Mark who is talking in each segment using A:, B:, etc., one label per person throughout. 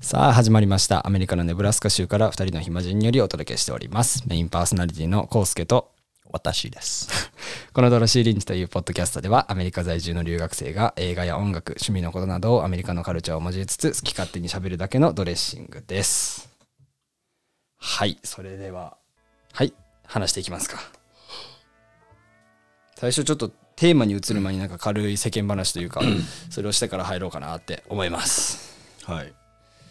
A: さあ始まりましたアメリカのネブラスカ州から2人の暇人によりお届けしておりますメインパーソナリティのコウスケと
B: 私です。
A: このドロシー・リンチというポッドキャストではアメリカ在住の留学生が映画や音楽趣味のことなどをアメリカのカルチャーを交えつつ好き勝手に喋るだけのドレッシングですはいそれでははい話していきますか最初ちょっとテーマに移る前になんか軽い世間話というかそれをしてから入ろうかなって思います
B: はい。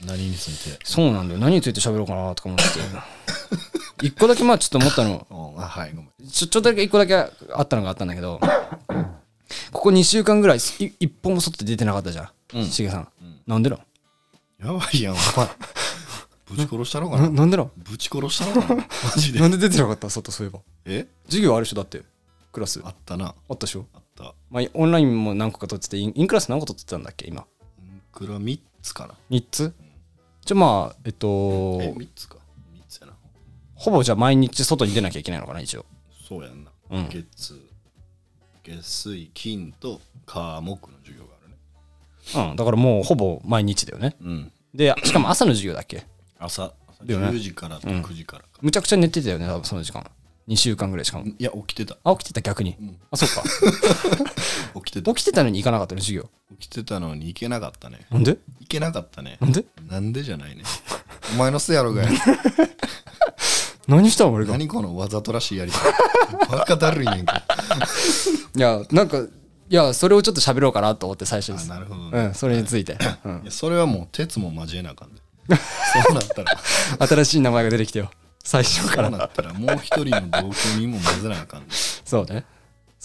B: 何について
A: そうなんだよ何について喋ろうかなとか思ってて一個だけまあちょっと思ったの
B: あはい、ごめん。
A: ちょちょっとだけ一個だけあったのがあったんだけどここ2週間ぐらいすい一本も外出てなかったじゃんしげ、さん、なんでなん
B: やばいやん、お前。ぶち殺したのか
A: な
B: な
A: なんでなん
B: ぶち殺したのかなマジで
A: な。んで出てなかった外そういえば
B: え
A: 授業あるでしょだってクラス
B: あ
A: あ
B: ったな。
A: ったでしょ
B: あった。
A: まあオンラインも何個か取っててインインクラス何個取ってたんだっけ今
B: うんくら3つかな。
A: 3つじゃあまあえっと
B: え、3つか。3つやな。
A: ほぼじゃあ毎日外に出なきゃいけないのかな一応
B: そうやんな。
A: うん
B: 月、月水、金と火木の授業があるね。
A: うんだからもうほぼ毎日だよね
B: うん。
A: でしかも朝の授業だっけ
B: 朝、朝
A: だよね
B: 10時からと9時からか。
A: むちゃくちゃ寝てたよね多分その時間2週間ぐらいしかも
B: いや、起きてた。
A: あ起きてた逆に、あそっか
B: 起きてた。
A: 起きてたのに行かなかったの授業
B: 起きてたのに行けなかったね。
A: なんで
B: 行けなかったね
A: な。んで
B: なんでじゃないね。お前のせいやろがや。
A: 何したの俺がい
B: 何このわざとらしいやり方。バカだるいねんか。
A: やなんかいやそれをちょっと喋ろうかなと思って最初で
B: あ
A: す
B: なるほど
A: う
B: ね、
A: んそれについて、うん
B: いやそれはもう鉄も交えなあか んで。そうなったら、
A: 新しい名前が出てきてよ最初か
B: そう
A: ら
B: なったらもう一人の同居人も混ぜなあかんで。
A: そうね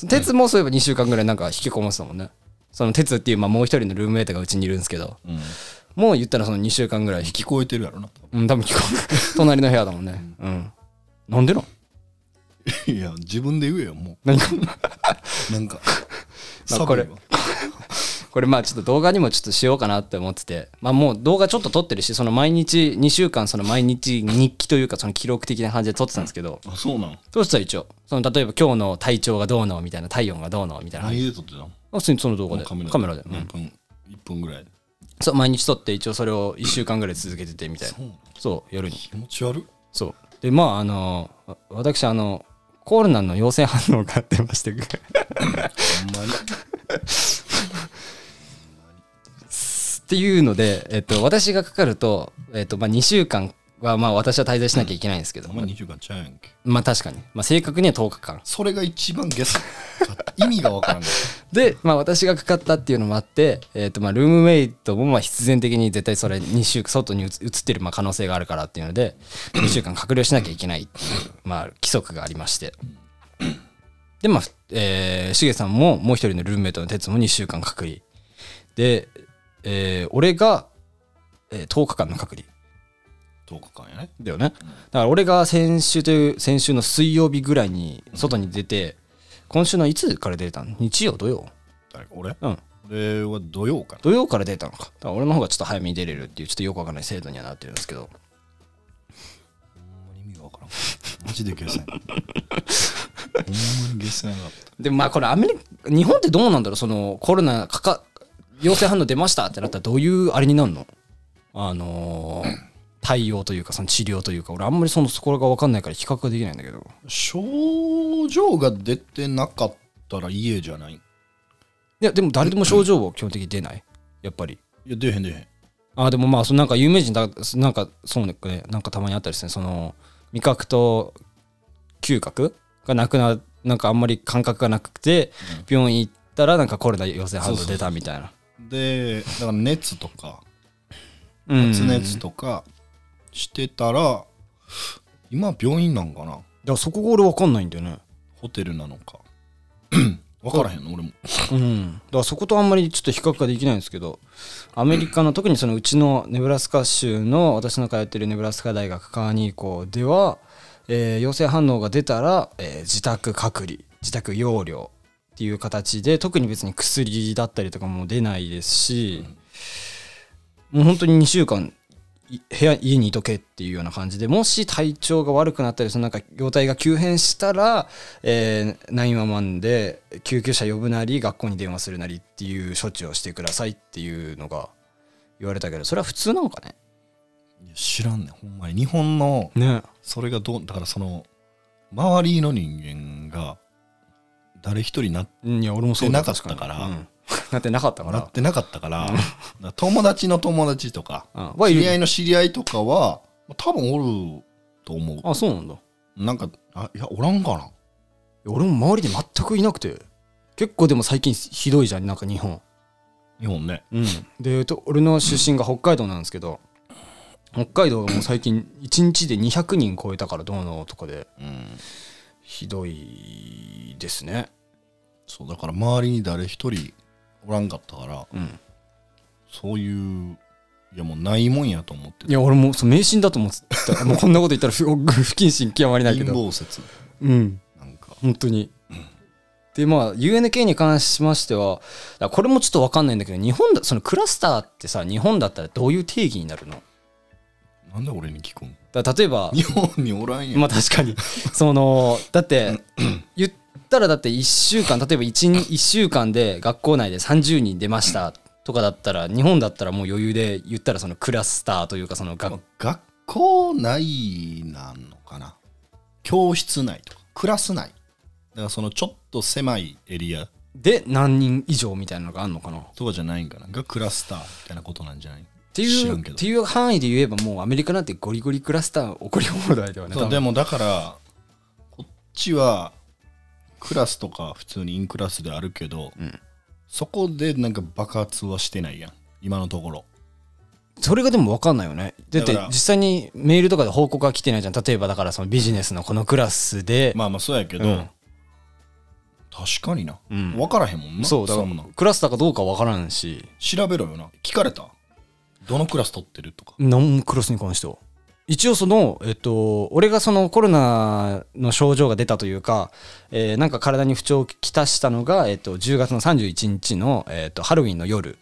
A: 鉄もそういえば2週間ぐらいなんか引きこもってたもんねその鉄っていう、まあ、もう一人のルームメイトがうちにいるんですけど
B: うん、
A: もう言ったらその2週間ぐらい引き
B: 聞こえてるやろな。
A: うん多分聞こえない隣の部屋だもんねうんなんでなん
B: いや、自分で言えよ、も
A: 何か
B: う。なんか、
A: まあこれ
B: サブは
A: これまあちょっと動画にもちょっとしようかなって思っててまあもう動画ちょっと撮ってるしその毎日2週間その毎日日記というかその記録的な感じで撮ってたんですけど
B: あ、そうなん。
A: そうしたら一応その例えば今日の体調がどうのみたいな体温がどうのみたいな感じ
B: 何で撮ってたの
A: 普通にその動画で
B: カメラ
A: カメラで、うん
B: 1分、一分ぐらいで。
A: そう毎日撮って一応それを1週間ぐらい続けててみたいな
B: そうなん
A: そう夜に
B: 気持ち悪い。
A: そうでまああのわ私あのコロナの陽性反応が出まして
B: ほんまに。
A: っていうので、えっと、私がかかると、えっとまあ、2週間はまあ私は滞在しなきゃいけないんですけど、
B: ほんまに2週間ちゃうやんけ。
A: まあ確かに、まあ、正確には10日間
B: それが一番 ゲス。意味がわからんない。
A: で、まあ、私がかかったっていうのもあって、えー、とまあルームメイトもまあ必然的に絶対それ2週間外に移移ってるまあ可能性があるからっていうので2週間隔離をしなきゃいけないっていう、まあ、規則がありましてでまあえー、しげさんももう一人のルームメイトの哲も2週間隔離で、えー俺が、えー10日間の隔離
B: 10日間やね。
A: だよねだから俺が先週という先週の水曜日ぐらいに外に出て今週のいつから出たの日曜土曜
B: 誰か俺
A: うん
B: 俺は土曜から。
A: 土曜から出たのかだから俺の方がちょっと早めに出れるっていうちょっとよくわかんない制度にはなってるんですけど
B: ほんまに意味がわからん。マジで消せ ん。ほんまに消せなかっ
A: でまあこれアメリカ日本ってどうなんだろうそのコロナかか陽性反応出ましたってなったらどういうあれになるのあのー対応というかその治療というか俺あんまりそのそこらがわかんないから比較ができないんだけど
B: た。症状が出てなかったら家じゃない。い
A: いやでも誰でも症状を基本的に出ないやっぱり
B: や、出へん出へん。
A: あでもまあそのなんか有名人だなんかそうねなんかたまにあったりするねその味覚と嗅覚がなくななんかあんまり感覚がなくて病院行ったらなんかコロナ陽性反応出たみたいな
B: で、だから熱とか、
A: うん
B: 発熱とかしてたら、今病院なんかな
A: だからそこが俺分かんないんだよね
B: ホテルなのか。 わからへんの俺も。
A: うんだからそことあんまりちょっと比較ができないんですけどアメリカの特にそのうちのネブラスカ州の私の通ってるネブラスカ大学カーニー校では、えー陽性反応が出たら、えー自宅隔離自宅療養っていう形で特に別に薬だったりとかも出ないですし、もう本当に2週間い部屋家にいとけっていうような感じでもし体調が悪くなったりそのなんか容体が急変したら、えー、911で救急車呼ぶなり学校に電話するなりっていう処置をしてくださいっていうのが言われたけどそれは普通なのかね
B: いや知らんねんほんまに日本の
A: ね
B: それがどうだからその周りの人間が誰一人なっ
A: いや俺もそう
B: なかったから
A: うん なってなかったか
B: な
A: ら
B: ってなかったからだから 友達の友達とか
A: うんはい
B: 知
A: る
B: り合いの知り合いとかは多分おると思
A: あそうなんだ
B: うなんかあいやおらんかな
A: 俺も周りで全くいなくて結構でも最近ひどいじゃんなんか日本
B: 日本ね
A: うん、でと俺の出身が北海道なんですけど北海道がもう最近1日で200人超えたからどうのとかで
B: うん
A: ひどいですね
B: そうだから周りに誰一人おらんかったから
A: うん
B: そういういやもうないもんやと思って
A: いや俺もそう迷信だと思ってたもうこんなこと言ったら不不謹慎極まり
B: た
A: ないけ
B: 貧
A: ど
B: 乏説
A: うん
B: なんか
A: 本当にでまあ UNK に関しましてはだからこれもちょっと分かんないんだけど日本だそのクラスターってさ日本だったらどういう定義になるの
B: なんで俺に聞くん
A: だから例えば
B: 日本におらんやん
A: まあ確 かにそのだって言ったらだって1週間例えば 1, 1週間で学校内で30人出ましたとかだったら日本だったらもう余裕で言ったらそのクラスターというかその
B: まあ
A: 学
B: 学校内なのかな教室内とかクラス内だからそのちょっと狭いエリア
A: で何人以上みたいなのがあるのかなっ
B: とかじゃないんかながクラスターみたいなことなんじゃないって知
A: い
B: ら
A: うんっ
B: けど
A: ていう範囲で言えばもうアメリカなんてゴリゴリクラスター起こり放題だよね
B: そう
A: 多分
B: でもだからこっちはクラスとか普通にインクラスであるけど、
A: うん
B: そこでなんか爆発はしてないやん今のところ
A: それがでも分かんないよねだって
B: だから
A: 実際にメールとかで報告が来てないじゃん例えばだからそのビジネスのこのクラスで、
B: まあまあそうやけど、
A: うん
B: 確かにな、
A: うん
B: 分からへんもんな
A: そうだから
B: んなん
A: クラスターかどうか分からんし
B: 調べろよな聞かれたどのクラス取ってるとか
A: 何もクロスに関しては一応そのえっと俺がそのコロナの症状が出たというか、えーなんか体に不調をきたしたのが、えっと、10月の31日の、えっと、ハロウィンの夜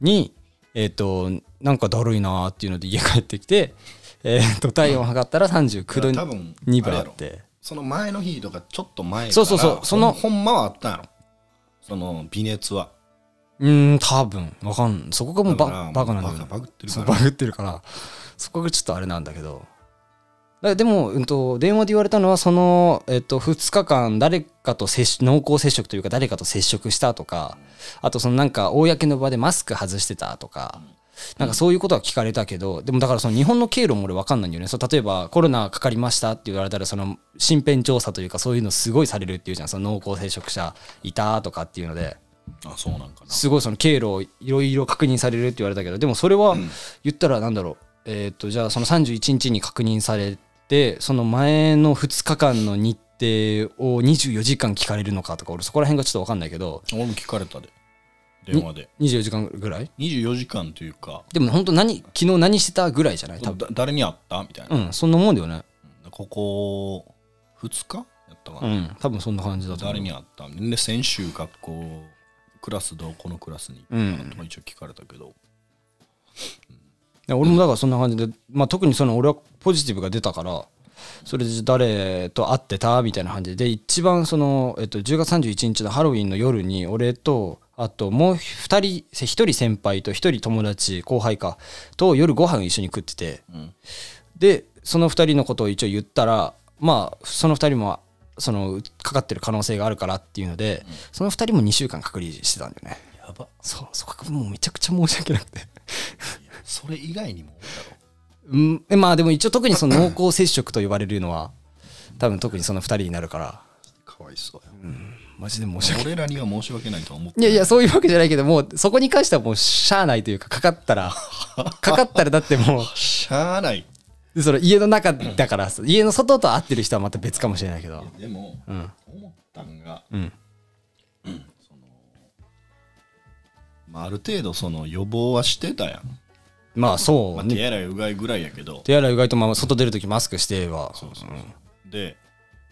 A: にえっとなんかだるいなーっていうので家帰ってきて、えっと体温測ったら39度
B: 多分
A: 2分
B: あれ
A: あ
B: や
A: っ
B: ろ
A: て
B: その前の日とかちょっと前から
A: そうそうそうその
B: ほんほんまはあったんやろその微熱は
A: うーん多分わかんそこがもう
B: だから
A: バ
B: もう
A: バカなんだよ
B: バ
A: ね
B: カバグってる
A: そ
B: か
A: う
B: ら
A: バグってるからそこがちょっとあれなんだけどだでも、うん、と電話で言われたのはその、えっと2日間誰かと接し濃厚接触というか誰かと接触したとかあとそのなんか公の場でマスク外してたとか。なんかそういうことは聞かれたけどでもだからその日本の経路も俺分かんないんだよねそう例えばコロナかかりましたって言われたらその身辺調査というかそういうのすごいされるっていうじゃんその濃厚接触者いたとかっていうので
B: あそうなんかな
A: すごいその経路をいろいろ確認されるって言われたけどでもそれは言ったらなんだろう、えーっとじゃあその31日に確認されてその前の2日間の日程を24時間聞かれるのかとか俺そこら辺がちょっと分かんないけど
B: 俺も聞かれたで電話で
A: 24時間ぐらい
B: 24時間というか
A: でも本当何昨日何してたぐらいじゃない多分
B: だ誰に会ったみたいな、
A: うんそんなもんだよね
B: ここ2日やったか
A: う
B: な、
A: ん多分そんな感じだと思う
B: 誰に会ったで先週学校クラスどこのクラスに行ったかなとか一応聞かれたけど、
A: いや俺もだからそんな感じで、まあ、特にその俺はポジティブが出たからそれで誰と会ってたみたいな感じでで一番その、えっと、10月31日のハロウィンの夜に俺とあともう2人1人先輩と1人友達後輩かと夜ご飯一緒に食ってて
B: うん
A: でその2人のことを一応言ったらまあその2人もそのかかってる可能性があるからっていうので、その2人も2週間隔離してたんだよね
B: やば
A: そうそこがもうめちゃくちゃ申し訳なくて
B: それ以外にもおるだろ
A: うん、えまあでも一応特にその濃厚接触と呼ばれるのは多分特にその2人になるから
B: かわいそうや、
A: マジで申し訳ない
B: 俺らには申し訳ないとは思って
A: いやいやそういうわけじゃないけどもうそこに関してはもうしゃあないというかかかったら かかったらだってもう
B: しゃあない
A: でその家の中だから家の外と会ってる人はまた別かもしれないけど
B: でも、
A: うん
B: 思ったんが、
A: うん
B: そのまあ、ある程度その予防はしてたやん、
A: まあそ
B: まあ、
A: う
B: 手
A: ね
B: 洗いうがいぐらいやけど
A: 手洗いうがいとまま外出るときマスクしては
B: そうそうそうで、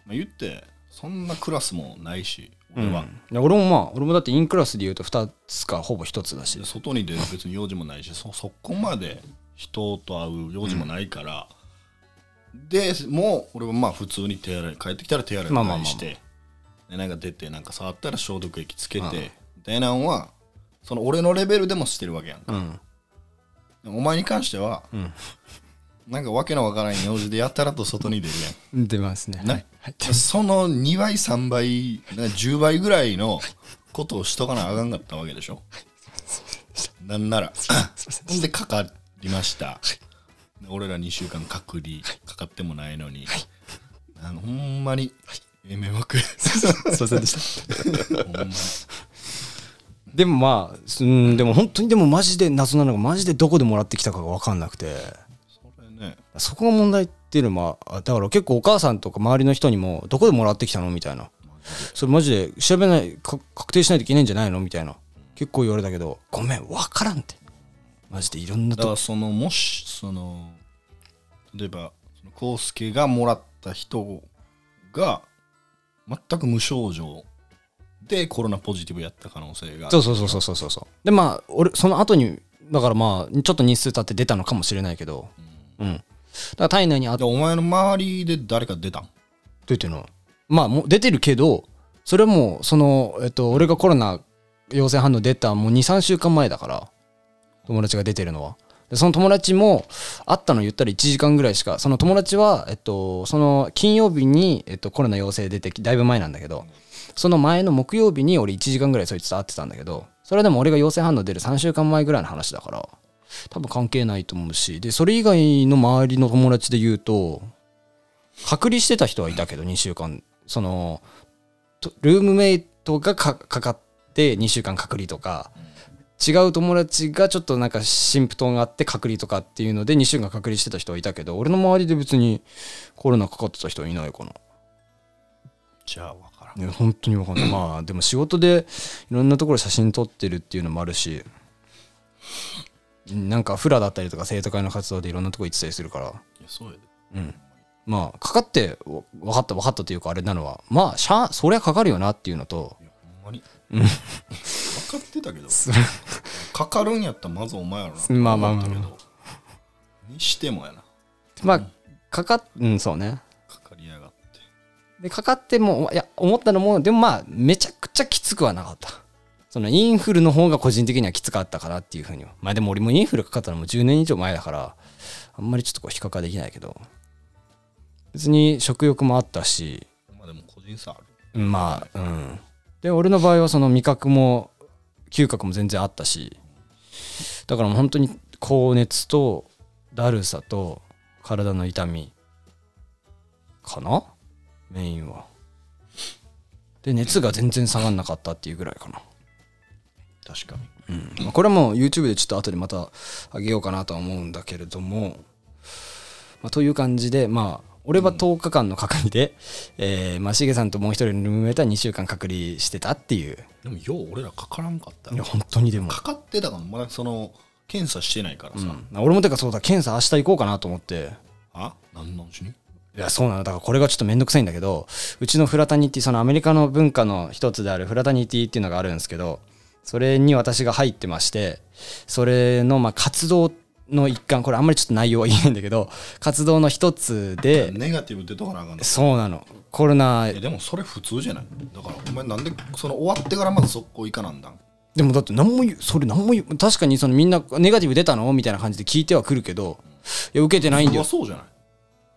B: まあ、言ってそんなクラスもないし
A: う
B: 俺は、
A: んいや俺もまあ俺もだってインクラスで言うと2つかほぼ1つだし
B: で外に出る別に用事もないしそそこまで人と会う用事もないから、でもう俺はまあ普通に手洗い帰ってきたら手洗い
A: まあまあまあ
B: 返して、でなんか出てなんか触ったら消毒液つけて、みたいなんはその俺のレベルでもしてるわけやんか、
A: うん
B: でもお前に関しては、
A: ん
B: なんかわけのわからん用事でやたらと外に出るやん
A: 出ますね。
B: ね
A: はい
B: その2倍3倍なんか10倍ぐらいのことをしとかなあかんかったわけでしょなんならほんでかかりましたで俺ら2週間隔離かかってもないのにあのほんまにええ迷惑
A: すいませんでし た。
B: ほんまに
A: でもまあ、すうん、でも本当にでもマジで謎なのが、マジでどこでもらってきたかが分かんなくて、
B: それね
A: そこが問題っていうのも、あだから結構お母さんとか周りの人にも、どこでもらってきたのみたいな。それマジで調べない、か確定しないといけないんじゃないのみたいな。結構言われたけど、ごめん、分からんって。マジでいろんな
B: だか
A: と
B: らそのもしその例えばそのコウスケがもらった人が全く無症状でコロナポジティブやった可能性がある
A: そうそうそうそうそうそう。でまあ、俺、その後に、だからまあ、ちょっと日数経って出たのかもしれないけど、うん。だから体内にあっ
B: でお前の周りで誰か出たん
A: 出てないまあもう出てるけどそれはもうそのえっと俺がコロナ陽性反応出たもう23週間前だから友達が出てるのはでその友達も会ったの言ったら1時間ぐらいしかその友達はえっとその金曜日に、えっと、コロナ陽性出てきだいぶ前なんだけどその前の木曜日に俺1時間ぐらいそいつと会ってたんだけどそれでも俺が陽性反応出る3週間前ぐらいの話だから多分関係ないと思うしでそれ以外の周りの友達で言うと隔離してた人はいたけど2週間そのとルームメイトがかかかって2週間隔離とか違う友達がちょっとなんかシンプトがあって隔離とかっていうので2週間隔離してた人はいたけど俺の周りで別にコロナかかってた人はいないかな
B: じゃあ分からん
A: ね、本当に分かんないまあでも仕事でいろんなところ写真撮ってるっていうのもあるしなんかフラだったりとか生徒会の活動でいろんなとこ行ってたりするから
B: いやそうやで
A: うんまあかかって分かった分かったというかあれなのはまあしゃあそりゃかかるよなっていうのと
B: いやほんまに分かってたけ どかかるんやったらまずお前やろな
A: まあまあまあ
B: 分かったけどにしてもやな
A: まあかかっうんそうね
B: かかりやがって
A: でかかってもいや思ったのもでもまあめちゃくちゃきつくはなかったそのインフルの方が個人的にはきつかったからっていうふうにはまあでも俺もインフルかかったのも10年以上前だからあんまりちょっとこう比較はできないけど別に食欲もあったし
B: まあでも個人差ある
A: まあうんで俺の場合はその味覚も嗅覚も全然あったしだからもう本当に高熱とだるさと体の痛みかなメインはで熱が全然下がんなかったっていうぐらいかな、
B: 確かに
A: うんまあこれはもう YouTube でちょっと後でまた上げようかなとは思うんだけれども、まあ、という感じでまあ俺は10日間の隔離で、えーまあ、しげさんともう一人のルームメイトは2週間隔離してたっていう
B: でもよう俺らかからんかったよ
A: いや本当にでも、
B: かかってたからまだその検査してないから
A: う
B: さ、
A: ん、俺もてかそうだ検査明日行こうかなと思って
B: あ何のうちに
A: いやそうなのだからこれがちょっとめんどくさいんだけどうちのフラタニティそのアメリカの文化の一つであるフラタニティっていうのがあるんですけどそれに私が入ってましてそれのまあ活動の一環これあんまりちょっと内容は言えないんだけど活動の一つで
B: ネガティブ出とかなあかんの
A: そうなのコロナ
B: えでもそれ普通じゃないだからお前なんでその終わってからまず速攻行かなんだん
A: でもだって何も言うそれ何も言う確かにそのみんなネガティブ出たのみたいな感じで聞いてはくるけどいや受けてないんだ
B: う
A: よ
B: わそうじゃない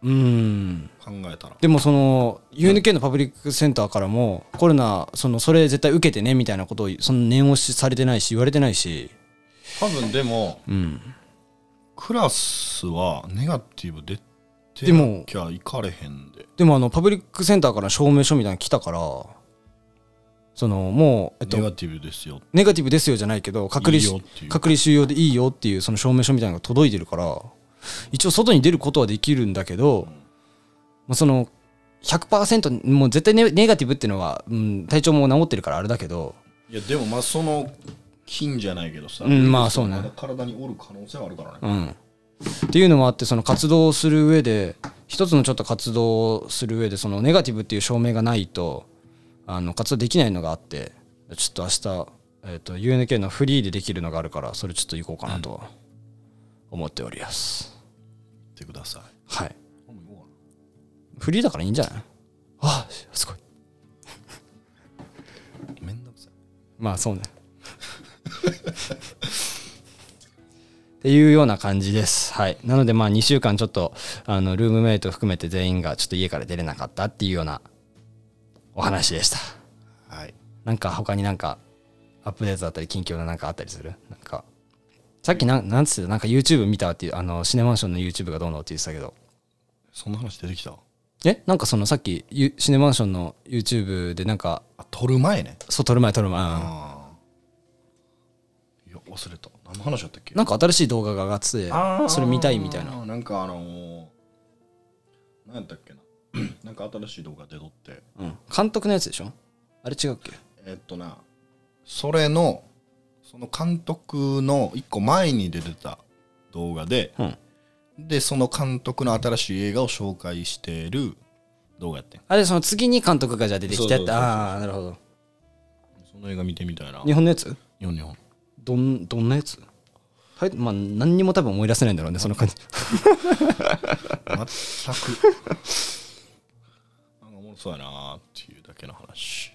A: うん
B: 考えたら
A: でもその UNK のパブリックセンターからもコロナそのそれ絶対受けてねみたいなことをその念押しされてないし言われてないし
B: 多分でも
A: うん
B: クラスはネガティブ出て
A: でも
B: なきゃ行かれへんで
A: でもあのパブリックセンターから証明書みたいなの来たからそのもう、えっ
B: ネ
A: と、
B: ガティブですよ
A: ネガティブですよじゃないけど隔離し
B: いいよっていう
A: 隔離収容でいいよっていうその証明書みたいなのが届いてるから一応外に出ることはできるんだけど、まあ、その100%もう絶対ネネガティブっていうのは、うん、体調も治ってるからあれだけど
B: いやでもまあその菌じゃないけどさ、
A: うんまあそうね
B: まだ体におる可能性はあるからね、
A: うん、っていうのもあってその活動をする上で一つのちょっと活動をする上でそのネガティブっていう証明がないとあの活動できないのがあってちょっと明日、えー、と UNK のフリーでできるのがあるからそれちょっと行こうかなとは思っております
B: ってください。
A: はい
B: もう行こうかな
A: フリーだからいいんじゃないあすごい
B: めんどくさい。
A: まあそうねっていうような感じです。はい。なのでまあ2週間ちょっとあのルームメイト含めて全員がちょっと家から出れなかったっていうようなお話でした。
B: はい。
A: なんか他になんかアップデートだったり近況のなんかあったりするなんかさっきなんなんつってたなんか YouTube 見たっていうあのシネマンションの YouTube がどうのって言ってたけど
B: そんな話出てきた
A: えなんかそのさっきゆシネマンションの YouTube でなんか
B: あ、撮る前ね。
A: そう撮る前撮る前、うん
B: ああ。いや、忘れた。何の話だったっけ
A: なんか新しい動画が上がってて
B: あー
A: それ見たいみたいな。
B: なんかあのー、何やったっけな。 なんか新しい動画出とって。
A: うん、監督のやつでしょあれ違うっけ
B: えっとな、それの、その監督の一個前に出てた動画で、
A: うん
B: で、その監督の新しい映画を紹介している動画やってん
A: あれその次に監督がじゃあ出てきて
B: そうそうそう
A: って
B: そう
A: ああなるほど
B: その映画見てみたいな。
A: 日本のやつ
B: 日本日本。
A: どんどんなやつはいまあ何にも多分思い出せないんだろうねその感じ
B: 全く。なんかおもろそうやなっていうだけの話。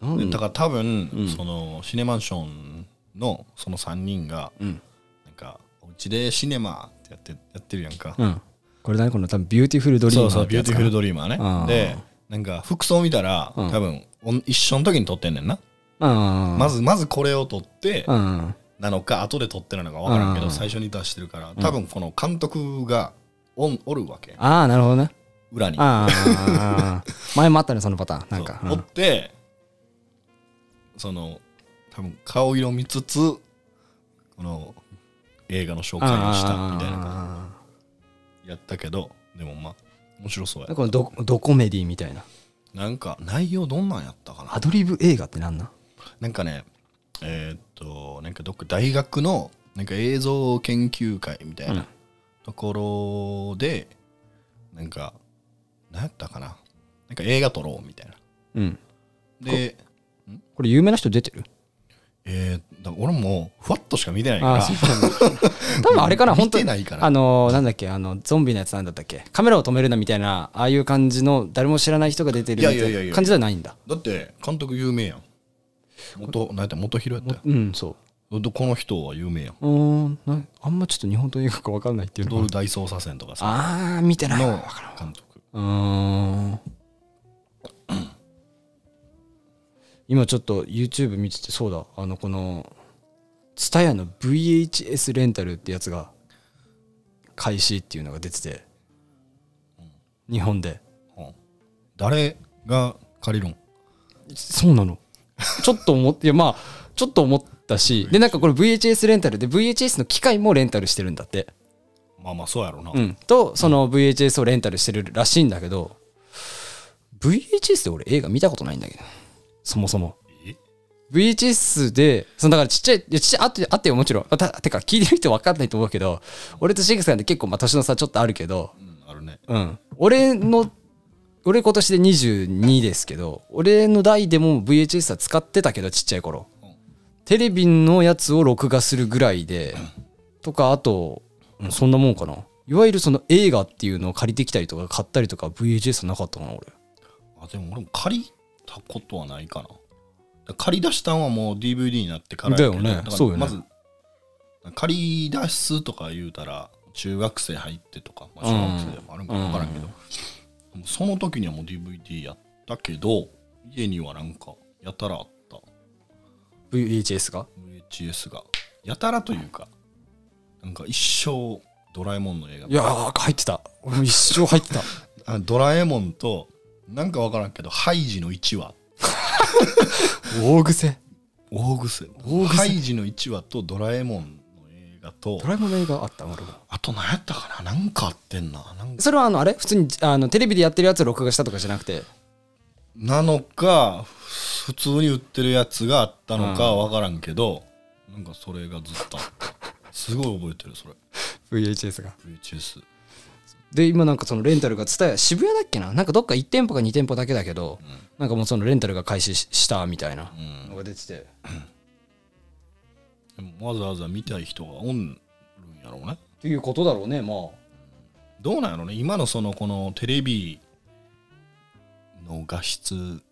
A: なん
B: でだから多分、そのシネマンションのその3人が、
A: ん
B: なんかおうちでシネマってやってやってるやんか、
A: うんこれ何この多分ビューティフルドリー
B: そ
A: ム
B: うそうビューティフルドリーマーね
A: あー
B: でなんか服装見たら、
A: うん
B: 多分おん一緒の時に撮ってんねんな、
A: ああ
B: まずまずこれを撮って
A: うん
B: なのか後で撮ってなのか分からんけど、
A: うん
B: 最初に出してるから多分この監督がおんおるわけ
A: ああなるほどね
B: 裏に
A: ああ 前もあったねそのパターンなんか
B: そう
A: う
B: お
A: ん
B: ってその多分顔色見つつこの映画の紹介をしたみたいな感
A: あ
B: じやったけどでもまあ面白そう
A: あ
B: や
A: このドドコメディみたいな
B: なんか内容どんなんやったか
A: ア
B: な
A: ドリブ映画ってなんなん
B: なんかねえーっとなんかどっか大学のなんか映像研究会みたい
A: うん
B: なところで、なんか何やったかななんか映画撮ろうみたいな
A: うん
B: で
A: これ有名な人出てる
B: えー、だから俺もふわっとしか見てないか
A: あ
B: ら
A: あそうなんだ 多分あれかな本当
B: 見て
A: に
B: ないから
A: あのーなんだっけあのゾンビのやつなんだったっけカメラを止めるなみたいなああいう感じの誰も知らない人が出てるみた
B: いやいやいやい
A: い
B: や
A: な感じではないんだ
B: だって監督有名やん元何やった元広やった
A: うんそ
B: よどこの人は有名やん
A: ううーんなあんまちょっと日本と映画か分かんないっていう
B: ド
A: の
B: ル大捜査線とかさ
A: ああー見てない
B: の
A: わ
B: 監督
A: うーん今ちょっと YouTube 見ててそうだあのこの TSUTAYA の VHS レンタルってやつが開始っていうのが出てて日本で
B: うん誰が借りるん
A: そうなのちょっと思っていやまあちょっと思ったしでなんかこれ VHS レンタルで VHS の機械もレンタルしてるんだって
B: まあまあそうやろな、
A: うんとその VHS をレンタルしてるらしいんだけど VHS で俺映画見たことないんだけどそもそも
B: え
A: VHS でそのだからちっちゃいいやちっちゃいあってあってよもちろんあたてか聞いてる人分かんないと思うけど俺とシグさんって結構まあ年の差ちょっとあるけど
B: うんあるね
A: うん、俺の俺今年で22ですけど俺の代でも VHS は使ってたけどちっちゃい頃、
B: うん
A: テレビのやつを録画するぐらいで、とかあと、うんそんなもんかないわゆるその映画っていうのを借りてきたりとか買ったりとか VHS はなかったかな俺
B: あでも俺も借りたことはないかなだから借り出したんはもう DVD になってからやけど
A: だよね
B: から
A: そうよね
B: まず借り出すとか言うたら中学生入ってとか、まあ、小学生でもあるんか
A: うん
B: 分からんけど、もうその時にはもう DVD やったけど家にはなんかやたらあった
A: VHS が
B: VHS がやたらというかなんか一生ドラえもんの映
A: いやー入ってた俺も一生入ってた
B: 画あドラえもんとなんか分からんけどハイジの1話
A: 大癖
B: 大癖
A: 大癖
B: ハイジの1話とドラえもんの映画と
A: ドラえもんの映画あった俺も
B: あと何やったかななんかあってんななんか
A: それはあのあれ普通にあのテレビでやってるやつを録画したとかじゃなくて
B: なのか普通に売ってるやつがあったのか分からんけど、なんかそれがずっとあったすごい覚えてるそれ
A: VHS が
B: VHS
A: で今なんかそのレンタルが伝え渋谷だっけななんかどっか1店舗か2店舗だけだけど、なんかもうそのレンタルが開始ししたみたいな
B: うん
A: のが出てて、
B: でもわざわざ見たい人がおんるんんやろうね
A: ていうことだろうねまあ
B: どうなんやろうね今のそのこのテレビの画質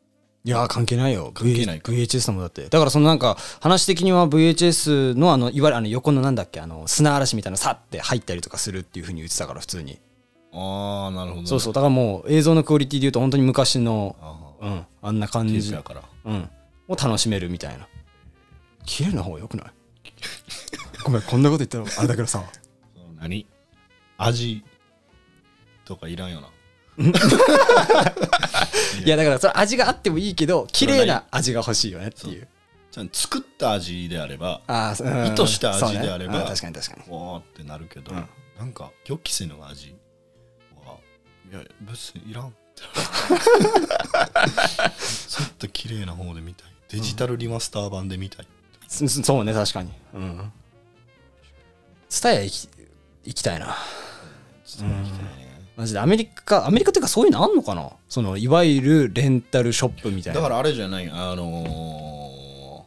A: いやー関係ないよ
B: 関係ないか
A: v h s だもんだってだからそのなんか話的には VHS のあのいわゆるあの横のなんだっけあの砂嵐みたいなさって入ったりとかするっていうふうに言ってたから普通に
B: ああなるほど
A: そうそうだからもう映像のクオリティで言うと本当に昔の
B: ああ
A: うんあんな感
B: テー
A: じ
B: プやから
A: うん、を楽しめるみたいな綺麗な方がよくないごめんこんなこと言ったらあれだけど さ
B: その何味とかいらんよない
A: やだからそれ味があってもいいけど綺麗な味が欲しいよねっていう
B: ちゃんと作った味であれば
A: ああ、うん
B: 意図した味であれば
A: そうねうん確かに確かに
B: わーってなるけど、
A: うん
B: なんか予期せぬ味はいや別にい らんってちょっと綺麗な方で見たいデジタルリマスター版で見たい、
A: そそそうね確かにうん蔦屋行き行きたいな
B: ちょっと行きたいね
A: マジでアメリカアメリカっていうかそういうのあんのかなそのいわゆるレンタルショップみたいな
B: だからあれじゃないあのー、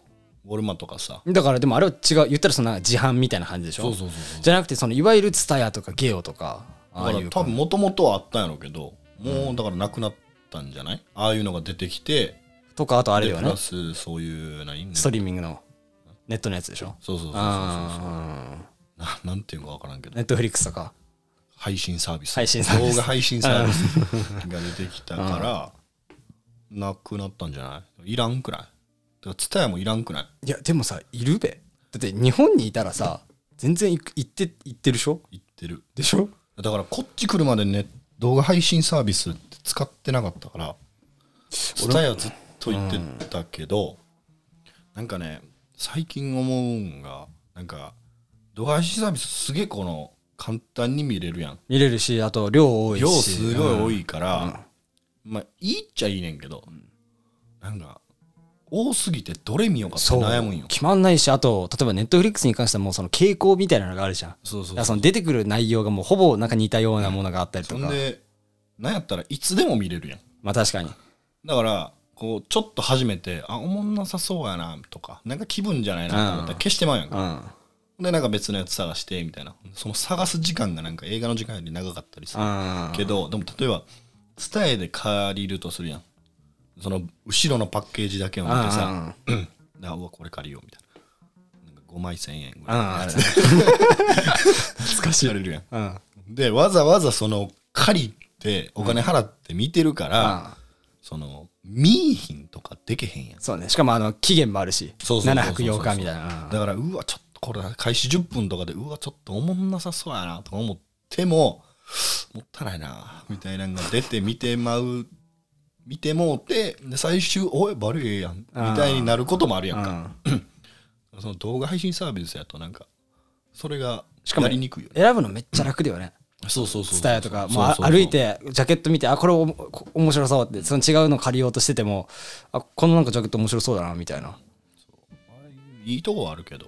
B: ウォルマとかさ
A: だからでもあれは違う言ったらそのなんか自販みたいな感じでしょ
B: うそうそう
A: じゃなくてそのいわゆるツタヤとかゲオとかああ
B: だか
A: いう
B: ら多分もともとはあったんやろうけどもうだからなくなったんじゃないああいうのが出てきて
A: とかあとあれだ
B: でプ
A: よね
B: ラスそういう何
A: ストリーミングのネットのやつでしょ
B: そうそうそうそうそう
A: あ
B: ななんていうのか分からんけ
A: ー
B: ど
A: ネットフリックスとか
B: 配信サービス
A: 配信サービス
B: 動画配信サービスが出てきた からなくなったんじゃないいらんくないだからツタヤもいらんくない
A: いやでもさいるべだって日本にいたらさ全然行く行って行ってるでしょ
B: 言ってる
A: でしょ
B: だからこっち来るまでね動画配信サービスって使ってなかったからツタヤずっと言ってたけど、なんかね最近思うんがなんか動画配信サービスすげえこの簡単に見れるやん
A: 見れるしあと量多いし
B: 量すごい多いから、まあいいっちゃいいねんけど、なんか多すぎてどれ見ようかって
A: そう
B: 悩むんよ
A: 決まんないしあと例えばネットフリックスに関してはもうその傾向みたいなのがあるじゃん
B: そうそ
A: だからその出てくる内容がもうほぼなんか似たようなものがあったりと
B: そ
A: か
B: んでなんやったらいつでも見れるやん
A: まあ確かに
B: だからこうちょっと始めてあおもんなさそうやなとかなんか気分じゃないなと思ったら消してまうやん
A: う
B: か、
A: ん
B: でなんか別のやつ探してみたいなその探す時間がなんか映画の時間より長かったりする
A: うん
B: けどでも例えば伝えで借りるとするやんその後ろのパッケージだけを見て
A: うんうん
B: さ「あうわこれ借りよう」みたいななんか5枚1000円ぐ
A: うん
B: らい
A: あれ
B: 懐かしられるやん
A: うん
B: でわざわざその借りてお金払って見てるから、
A: うん
B: その見いひんとかでけへんやん
A: そうねしかもあの期限もあるし
B: そうそうそう
A: 7
B: そう
A: 泊8日みたいな
B: だからうわちょっとこれ開始10分とかでうわちょっとおもんなさそうやなとか思ってももったいないなみたいなのが出て見てまう見てもうてで最終おいバリエやんみ
A: あー
B: たいになることもあるやんか
A: うん
B: その動画配信サービスやとなんかそれが
A: しかも
B: やりにくいよね
A: 選ぶのめっちゃ楽だよね
B: そうそうそう
A: ツタヤとか
B: そう
A: もうあ
B: そうそう
A: 歩いてジャケット見てあこれおもこ面白そうってその違うの借りようとしててもあこのなんかジャケット面白そうだなみたいな
B: いいとこはあるけど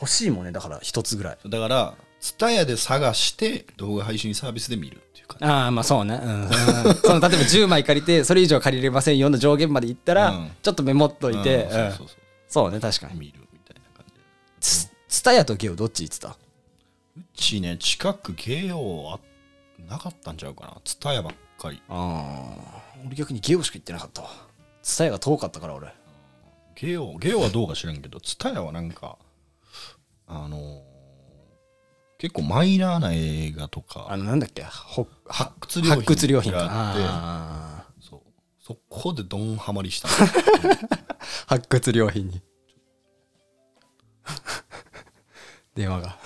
A: 欲しいもんねだから一つぐらい
B: だからツタヤで探して動画配信サービスで見るっていう感じ
A: ああまあそうね、うんうんその例えば10枚借りてそれ以上借りれませんよの上限までいったら、
B: うん
A: ちょっとメモっといて、
B: うん
A: う
B: そうそ
A: ん
B: うそう
A: そうね確かに
B: 見るみたいな感じ
A: ツツタヤとゲオどっち言ってた
B: うちね、近く芸用あなかったんちゃうかな。ツタヤばっかり。
A: あー俺逆にゲオしか行ってなかったわツタヤが遠かったから俺
B: 芸用、芸用はどうか知らんけど、ツタヤはなんか、あのー結構マイナーな映画と
A: あ
B: か、
A: のなんだっけほ
B: 発掘
A: 発掘良
B: 良
A: 品
B: 品
A: か
B: があっ
A: あ
B: て、そう。そこでドンハマりしたの。
A: ー発掘良品に 電話が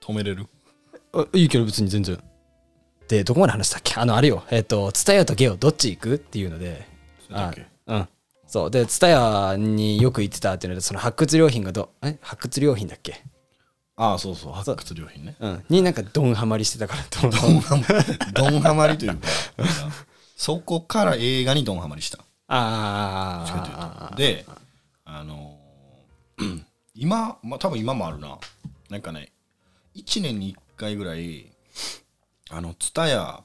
B: 止めれる
A: あいいけど別に全然でどこまで話したっけあのあれよえっ、とツタヤとゲオどっち行くっていうので
B: それだけ
A: あうんそうでツタヤによく行ってたっていうのでその発掘良品がどえ発掘良品だっけ
B: ああ、そうそう、発掘良品ね。
A: うんになんかドンハマりしてたからと思う
B: ドンハマドンハマりというか、そこから映画にドンハマりした。
A: あ
B: 近いというと
A: あ
B: であの ー今まあ多分今もあるななんかね1年に1回ぐらいあのツタヤ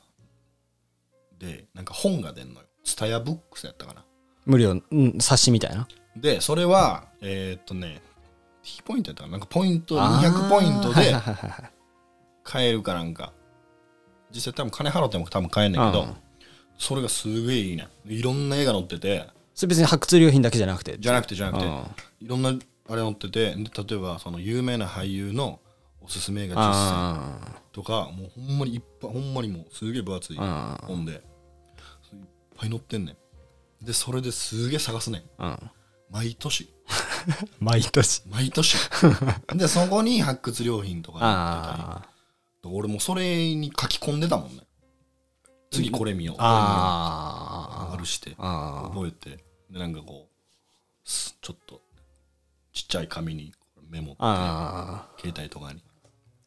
B: でなんか本が出んのよツタヤブックスやったかな
A: 無料、うん、冊子みたいな
B: でそれはえーっとね T ポイントやったかななんかポイント200ポイント で
A: あーはいはいはいはい
B: 買えるかなんか実際多分金払っても多分買えんねんけど、
A: うん
B: それがすげえいいねいろんな映画載ってて
A: それ別に発掘良品だけじゃなくて
B: じゃなくてじゃなくて
A: うん
B: いろんなあれ載っててで例えばその有名な俳優のおすすめ映画10選
A: あ
B: とかもうほんまにいっぱいほんまにもうすげえ分厚い
A: ーうん
B: 本でいっぱい載ってんねんでそれですげえ探すねん
A: うん
B: 毎年
A: 毎年
B: 毎 年でそこに発掘良品とか載ってたり
A: あー
B: 俺もそれに書き込んでたもんね次これ見よう
A: あ
B: あるして
A: ーあー
B: 覚えてでなんかこうすちょっとちっちゃい紙にメモって
A: あ
B: 携帯とかに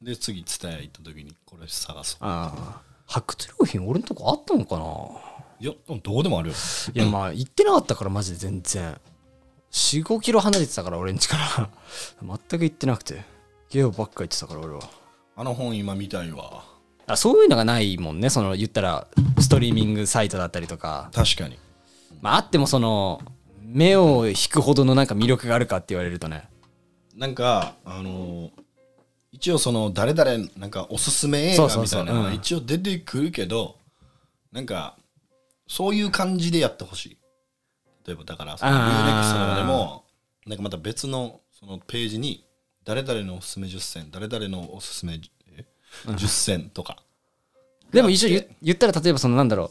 B: で次伝え行った時にこれ探そう
A: ーあー発掘良品俺のとこあったのかない
B: やどこでもあるよ
A: いやまあ行ってなかったからマジで全然45キロ離れてたから俺んちから 全く行ってなくてゲオばっか行ってたから俺は
B: あの本今見たいわ
A: あそういうのがないもんねその言ったらストリーミングサイトだったりとか
B: 確かに
A: まああってもその目を引くほどのなんか魅力があるかって言われるとね
B: なんかあのー一応その誰々なんかおすすめ映画
A: そうそう
B: み
A: そ
B: たい
A: う
B: なの
A: う
B: が
A: ん
B: 一応出てくるけどなんかそういう感じでやってほしい例えばだからその u
A: あ
B: n
A: ー
B: x とかでもなんかまた別のそのページに誰々のおすすめ10選誰々のおすすめえ10選とか
A: でも一応言言ったら例えばそのなんだろ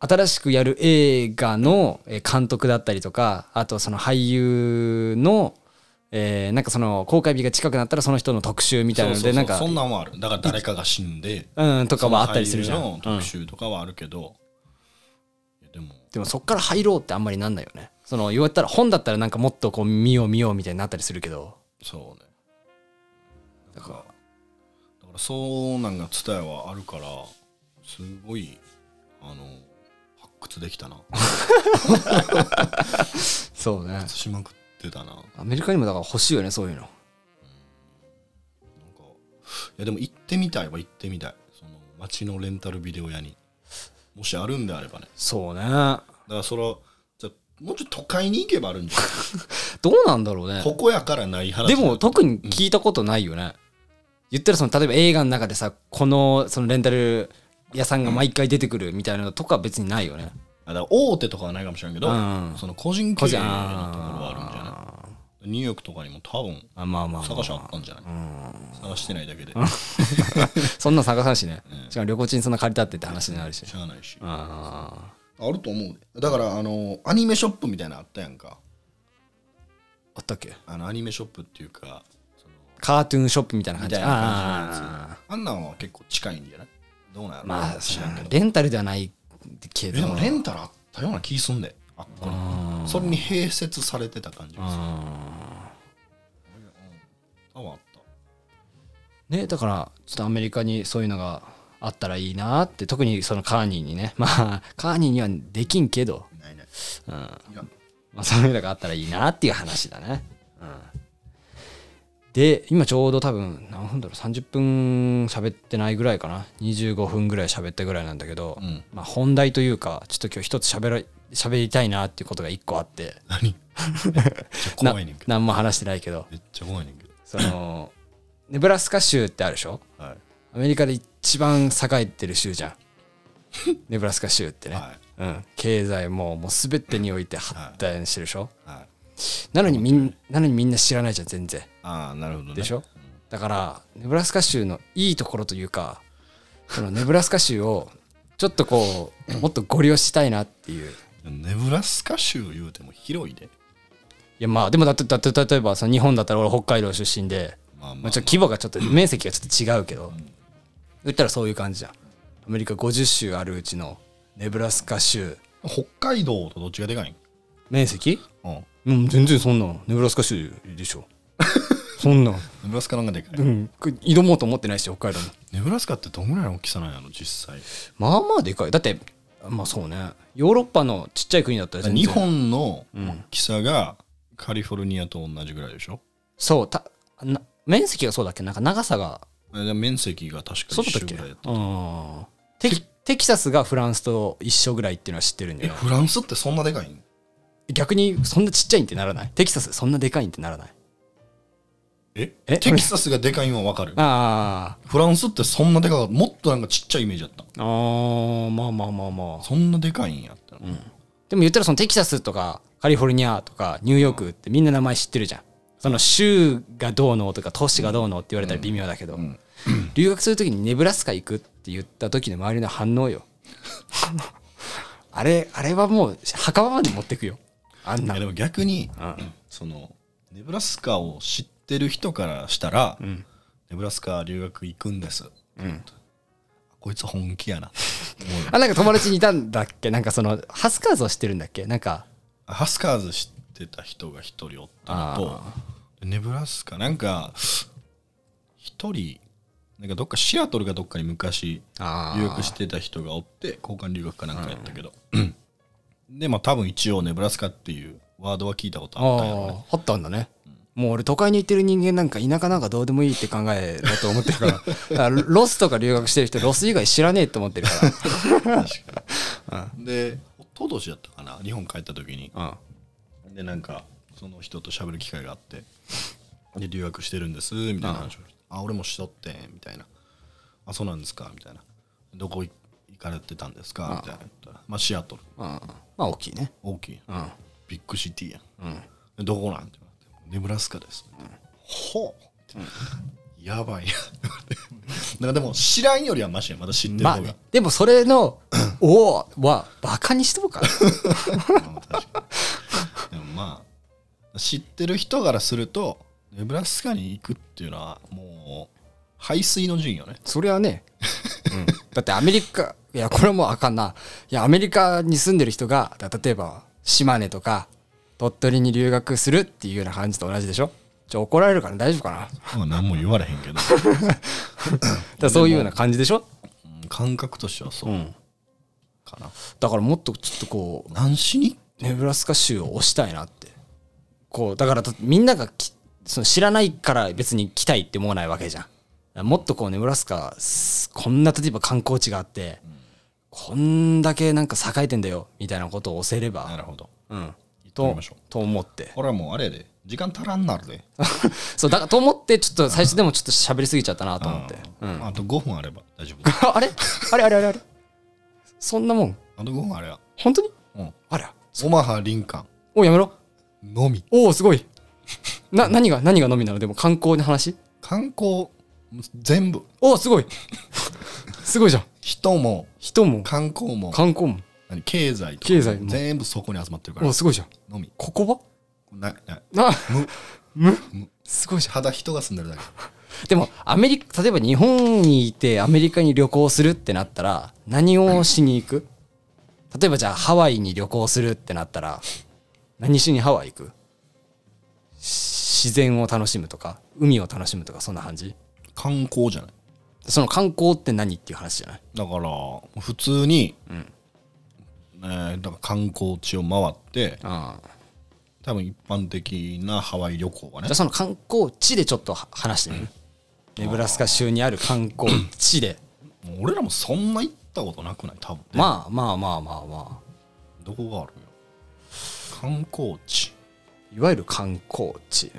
A: う新しくやる映画のえー監督だったりとかあとその俳優のえーなんかその公開日が近くなったらその人の特集みたいなの
B: そうそう
A: で
B: そ
A: な
B: うん
A: か
B: そんなんはあるだから誰かが死んで
A: うんとかはあったりするじゃん、
B: その
A: う
B: 俳優の
A: ん
B: 特集とかはあるけど、いやでも
A: でもそっから入ろうってあんまりなんないよねその言われたら本だったらなんかもっとこう見よう見ようみたいになったりするけど
B: そうね
A: だから
B: だからそうなんが伝えはあるからすごいあの発掘できたな
A: そうね
B: しまくってたななんか
A: アメリカにもだから欲しいよねそういうの
B: いやでも行ってみたいは行ってみたいその街のレンタルビデオ屋にもしあるんであればね
A: そうね
B: だからそれはじゃあもうちょっと都会に行けばあるんじ ゃ
A: どうなんだろうね
B: ないここやからない話
A: でも特に聞いたことないよね、言ったらその例えば映画の中でさこのそのレンタル屋さんが毎回出てくるみたいなのとかは別にないよね
B: あだから大手とかはないかもしれんけど、
A: うん
B: その個人経
A: 個
B: 営のとこ
A: 人
B: ろはあるんじゃない
A: あ
B: ニューヨークとかにも多分
A: ーあまあまあまあ
B: 探しあったんじゃない、
A: うん
B: 探してないだけで、
A: そんなん探さんしね、
B: うん
A: しかも旅行中にそんな借りたってって話になるし、
B: しゃあないし
A: あ
B: あると思うでだからあのアニメショップみたいなのあったやんか
A: ーあったっけ
B: あのアニメショップっていうかその
A: カートゥーンショップみたいな感
B: み
A: じ
B: たいな感じのや
A: あ
B: つあんなんは結構近いんじゃないどうなんや
A: ー
B: ろ
A: まあ
B: 知らんけど
A: レンタルではないけ
B: え
A: ど
B: でもレンタルあったような気すんであっこに
A: あー
B: それに併設されてた感じです
A: あ
B: 多分あった
A: ーねだからちょっとアメリカにそういうのがあったらいいなって特にそのカーニーにねまあカーニーにはできんけど、
B: ないない
A: うん
B: いや
A: まあ、そういうのがあったらいいなっていう話だね、うん、で今ちょうど多分何分だろう30分喋ってないぐらいかな25分ぐらい喋ったぐらいなんだけど、
B: うん
A: まあ、本題というかちょっと今日一つ喋ら喋りたいなっていうことが一個あって
B: 何めっちゃ
A: な
B: 怖いねんけど
A: 何も話してないけど
B: めっちゃ怖いねんけど
A: そのネブラスカ州ってあるでしょ
B: はい
A: アメリカで一番栄えてる州じゃん ネブラスカ州ってね、
B: はい
A: うん、経済ももう全てにおいて発展してるでしょ、
B: はい
A: なのにみんなのにみんな知らないじゃん全然
B: ああなるほどね
A: でしょだからネブラスカ州のいいところというかそのネブラスカ州をちょっとこうもっとご利用したいなっていうい
B: ネブラスカ州言うても広いで
A: やまあでもだってだって例えばその日本だったら俺北海道出身で、
B: まあ
A: ま
B: ま
A: あ、
B: あ
A: ちょっと規模がちょっと面積がちょっと違うけど言ったらそういう感じじゃんアメリカ50州あるうちのネブラスカ州
B: 北海道とどっちがでかいん
A: 面積
B: うん
A: うん全然そんなんネブラスカ州 でしょそんなん
B: ネブラスカなんかでかい、
A: うんこれ挑もうと思ってないし北海道も
B: ネブラスカってどんぐらいの大きさなんやろ実際
A: まあまあでかいだってまあそうねヨーロッパのちっちゃい国だったら全然
B: 日本の大きさがカリフォルニアと同じぐらいでしょ、
A: そうたな面積がそうだっけなんか長さが
B: えで面積が確か
A: そうだ
B: 一
A: ったっ
B: 緒
A: け
B: ぐらいやった
A: うんテキテキサスがフランスと一緒ぐらいっていうのは知ってるんだ
B: え
A: よ
B: フランスってそんなでかいん
A: 逆にそんなちっちゃいんってならないテキサスそんなでかいんってならない
B: え
A: え
B: テキサスがでかいのはわかる
A: あ
B: フランスってそんなでかかったもっとなんかちっちゃいイメージだった
A: ああーまあまあまあまあ
B: そんなでかいんやったら、
A: でも言ったらそのテキサスとかカリフォルニアとかニューヨークってみんな名前知ってるじゃんその州がどうのとか都市がどうのって言われたら微妙だけど、 留学する時にネブラスカ行くって言った時の周りの反応よ あれあれはもう墓場まで持ってくよあん
B: い
A: な
B: やでも逆にそのネブラスカを知ってる人からしたら、
A: ん
B: ネブラスカ留学行くんです、
A: ん
B: こいつ本気やな思うよ
A: あなんか友達にいたんだっけなんかそのハスカーズを知ってるんだっけなんか
B: ハスカーズ知ってた人が一人おったのとネブラスカなんか一人なんかどっかシアトルかどっかに昔
A: あ
B: 留学してた人がおって交換留学かなんかやったけど、 でまあ多分一応ネブラスカっていうワードは聞いたことあったんやろうね
A: あああったんだね、もう俺都会に行ってる人間なんか田舎なんかどうでもいいって考えだと思ってる からだからロスとか留学してる人ロス以外知らねえと思ってるか
B: で一昨年やったかな日本帰った時に
A: ら、 うん、
B: でなんかその人と喋る機会があってで留学してるんですみたいな話をしてあ俺もしとってみたいなあそうなんですかみたいなどこ行かれてたんですかみたいな言ったらまあシアトル
A: うん、まあ大きいね
B: 大きい
A: うん
B: ビッグシティやん、でどこなんて言われてネブラスカです、ほう、やばいや なんかでも知らんよりはマシやまだ知ってる
A: まあ
B: 方が
A: ね、でもそれ の「おお」はバカにしてもか
B: まあ確かにでもまあ知ってる人からするとネブラスカに行くっていうのはもう排水の陣よね
A: それは ね、うんだってアメリカいやこれはもうあかんないやアメリカに住んでる人がだ例えば島根とか鳥取に留学するっていうような感じと同じでしょちょ怒られるから大丈夫かなだか
B: まあ何も言われへんけど、
A: らそういうような感じでしょ
B: うん感覚としてはそう
A: うん
B: かな、
A: だからもっとちょっとこう
B: 何しに
A: ネブラスカ州を推したいなってこうだからとみんながきその知らないから別に来たいって思わないわけじゃんもっとこうネブラスカすこんな例えば観光地があって、こんだけなんか栄えてんだよみたいなことを教えれば、
B: なるほど
A: うん、
B: 言ってみ
A: と
B: ましょう
A: と思って
B: これはもうあれやで時間足らんなるで
A: そうだからと思ってちょっと最初でもちょっと喋りすぎちゃったなと思って、
B: う
A: うんん、
B: あと5分あれば大丈夫
A: あれあれあれあれあれそんなもん
B: あと5分あれば
A: 本当に
B: うん
A: あら
B: オマハ林間
A: おやめろ
B: のみ
A: おおすごいな何が何がのみなのでも観光の話
B: 観光全部
A: おおすごいすごいじゃん
B: 人も
A: 人も
B: 観光も
A: 観光も
B: 何経済とか
A: 経済も
B: 全部そこに集まってるか
A: お
B: ら
A: おすごいじゃん
B: のみ
A: ここ
B: ないない
A: はな
B: む
A: すごいじゃ
B: ただ人が住んでるだけ
A: んでもアメリカ例えば日本にいてアメリカに旅行するってなったら何をしに行く、例えばじゃあハワイに旅行するってなったら何しにハワイ行くし自然を楽しむとか海を楽しむとかそんな感じ
B: 観光じゃない
A: その観光って何っていう話じゃない
B: だから普通に、えーだから観光地を回って
A: ああ
B: 多分一般的なハワイ旅行はね
A: じゃあその観光地でちょっとは話してみるネブラスカ州にある観光地で
B: もう俺らもそんな行ったことなくない多分、ね
A: まあまあまあまあまあ
B: どこがあるよ観光地
A: いわゆる観光地、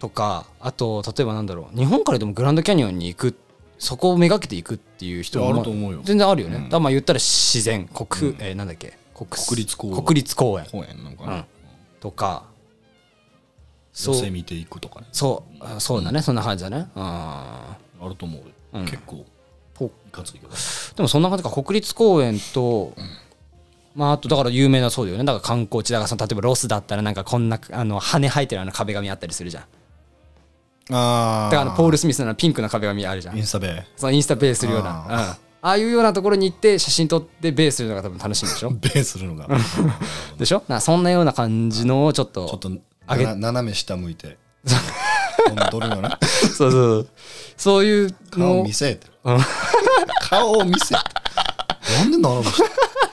A: とかあと例えばなんだろう日本からでもグランドキャニオンに行くそこをめがけて行くっていう人
B: いやあ
A: も
B: ると思うよ
A: 全然あるよね、だからまあ言ったら自然国、えーなんだっけ国
B: 国立公園
A: 国立公園
B: 公園なんかな、
A: うん
B: うん
A: とかそ
B: 寄せ
A: う
B: 見ていくとかね
A: そうあそうだね、そんな感じだねうん
B: あると思うよ、結構
A: と
B: いかついけど
A: でもそんな感じか国立公園と、まああとだから有名なそうだよねだから観光地だからその例えばロスだったらなんかこんなあの羽生えてるあの壁紙あったりするじゃんだ
B: あ
A: からあのポール・スミスのあのピンクの壁紙あるじゃ
B: イ
A: ん
B: ンスタベ
A: そのインスタベースするような
B: あ
A: うんああいうようなところに行って写真撮ってベースするのが多分楽しいんでしょ
B: ベーする のが
A: でしょなんかそんなような感じのをちょっと
B: ちょっと
A: 上げ
B: な斜め下向いて踊るよな
A: そうそうそういう
B: 顔
A: の
B: 見せえって。顔を見せえって。なんで並ぶして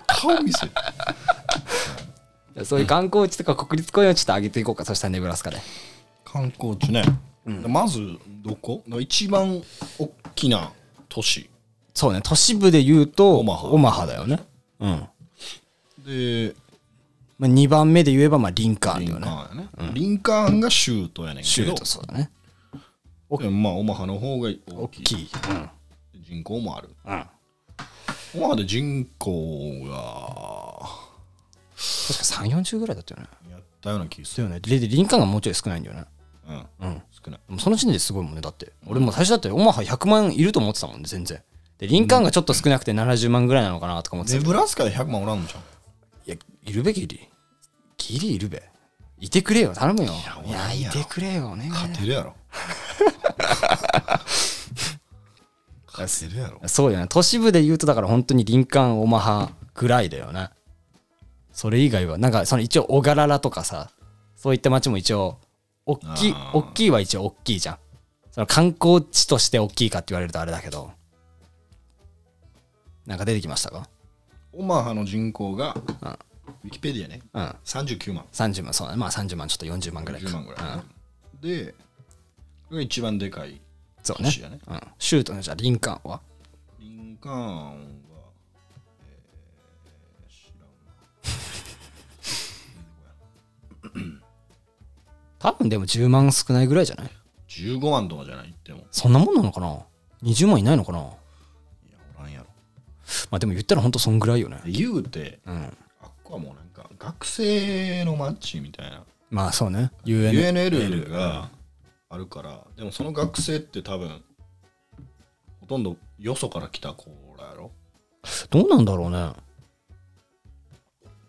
B: 顔見せえって。
A: そういう観光地とか国立公園をちょっと上げていこうかそしたらネブラスカで
B: 観光地ね。まず、どこ一番大きな都市。
A: そうね都市部で言うと
B: オマハ
A: オマハだよねうん
B: で、
A: まあ、2番目で言えばまあリンカーン
B: リ
A: だ
B: ン
A: よ
B: カ
A: ね。
B: ーンやね。リンカーンが州都やねん
A: シ
B: け
A: ュ
B: ど
A: ート、そうだね。
B: でもまあオマハの方が大
A: 大
B: きい
A: きい。
B: 人口もある
A: うん。うん。
B: オマハで人口が
A: 確か3、40ぐらいだったよね。
B: やったような気がす
A: だ
B: る、
A: よね。で、で林間がもうちょい少ないんだよね。
B: うん、
A: うん。
B: 少ない
A: でもその時点ですごいもんね。だって。俺も最初だってオマハ100万いると思ってたもんね、全然。で、林間がちょっと少なくて70万ぐらいなのかなとか思ってた
B: ネ
A: けど。
B: ブラスカで100万おらんのじゃん
A: いや、いるべギリ。ギリいるべ。いてくれよ、頼むよ。い
B: おら
A: や、
B: ん
A: い
B: やろ
A: てくれよ、お願いだよ
B: 勝てるや ろ勝てるやろ
A: そうだよね。都市部で言うと、だから本当に林間、オマハぐらいだよね。それ以外は、なんかその一応、小柄らとかさ、そういった町も一応、大きい
B: あ、ー
A: 大きいは一応大きいじゃん。その観光地として大きいかって言われるとあれだけど。なんか出てきましたか
B: オマハの人口が
A: ん
B: ウィキペディアね
A: うん。
B: 39万
A: 30万、そうだね。まあ30万、ちょっと40万ぐらいか。
B: 40万ぐらい
A: うん。
B: でこれが一番でかい
A: そうね
B: 市。やね
A: うん。シュートのじゃあ、林間は
B: リンカーンは、えー、知らんな。
A: 多分でも10万少ないぐらいじゃない
B: 15万とかじゃないっても。い
A: そんなもんなのかな ?20 万いないのかな
B: や、おらんやろ。
A: まあでも言ったらほんとそんぐらいよね。
B: で言うて、
A: うん。
B: あっこはもうなんか学生のマッチみたいな。
A: まあそうね。UN。
B: UNL があるから、でもその学生って多分、ほとんどよそから来た子らやろ。
A: どうなんだろうね。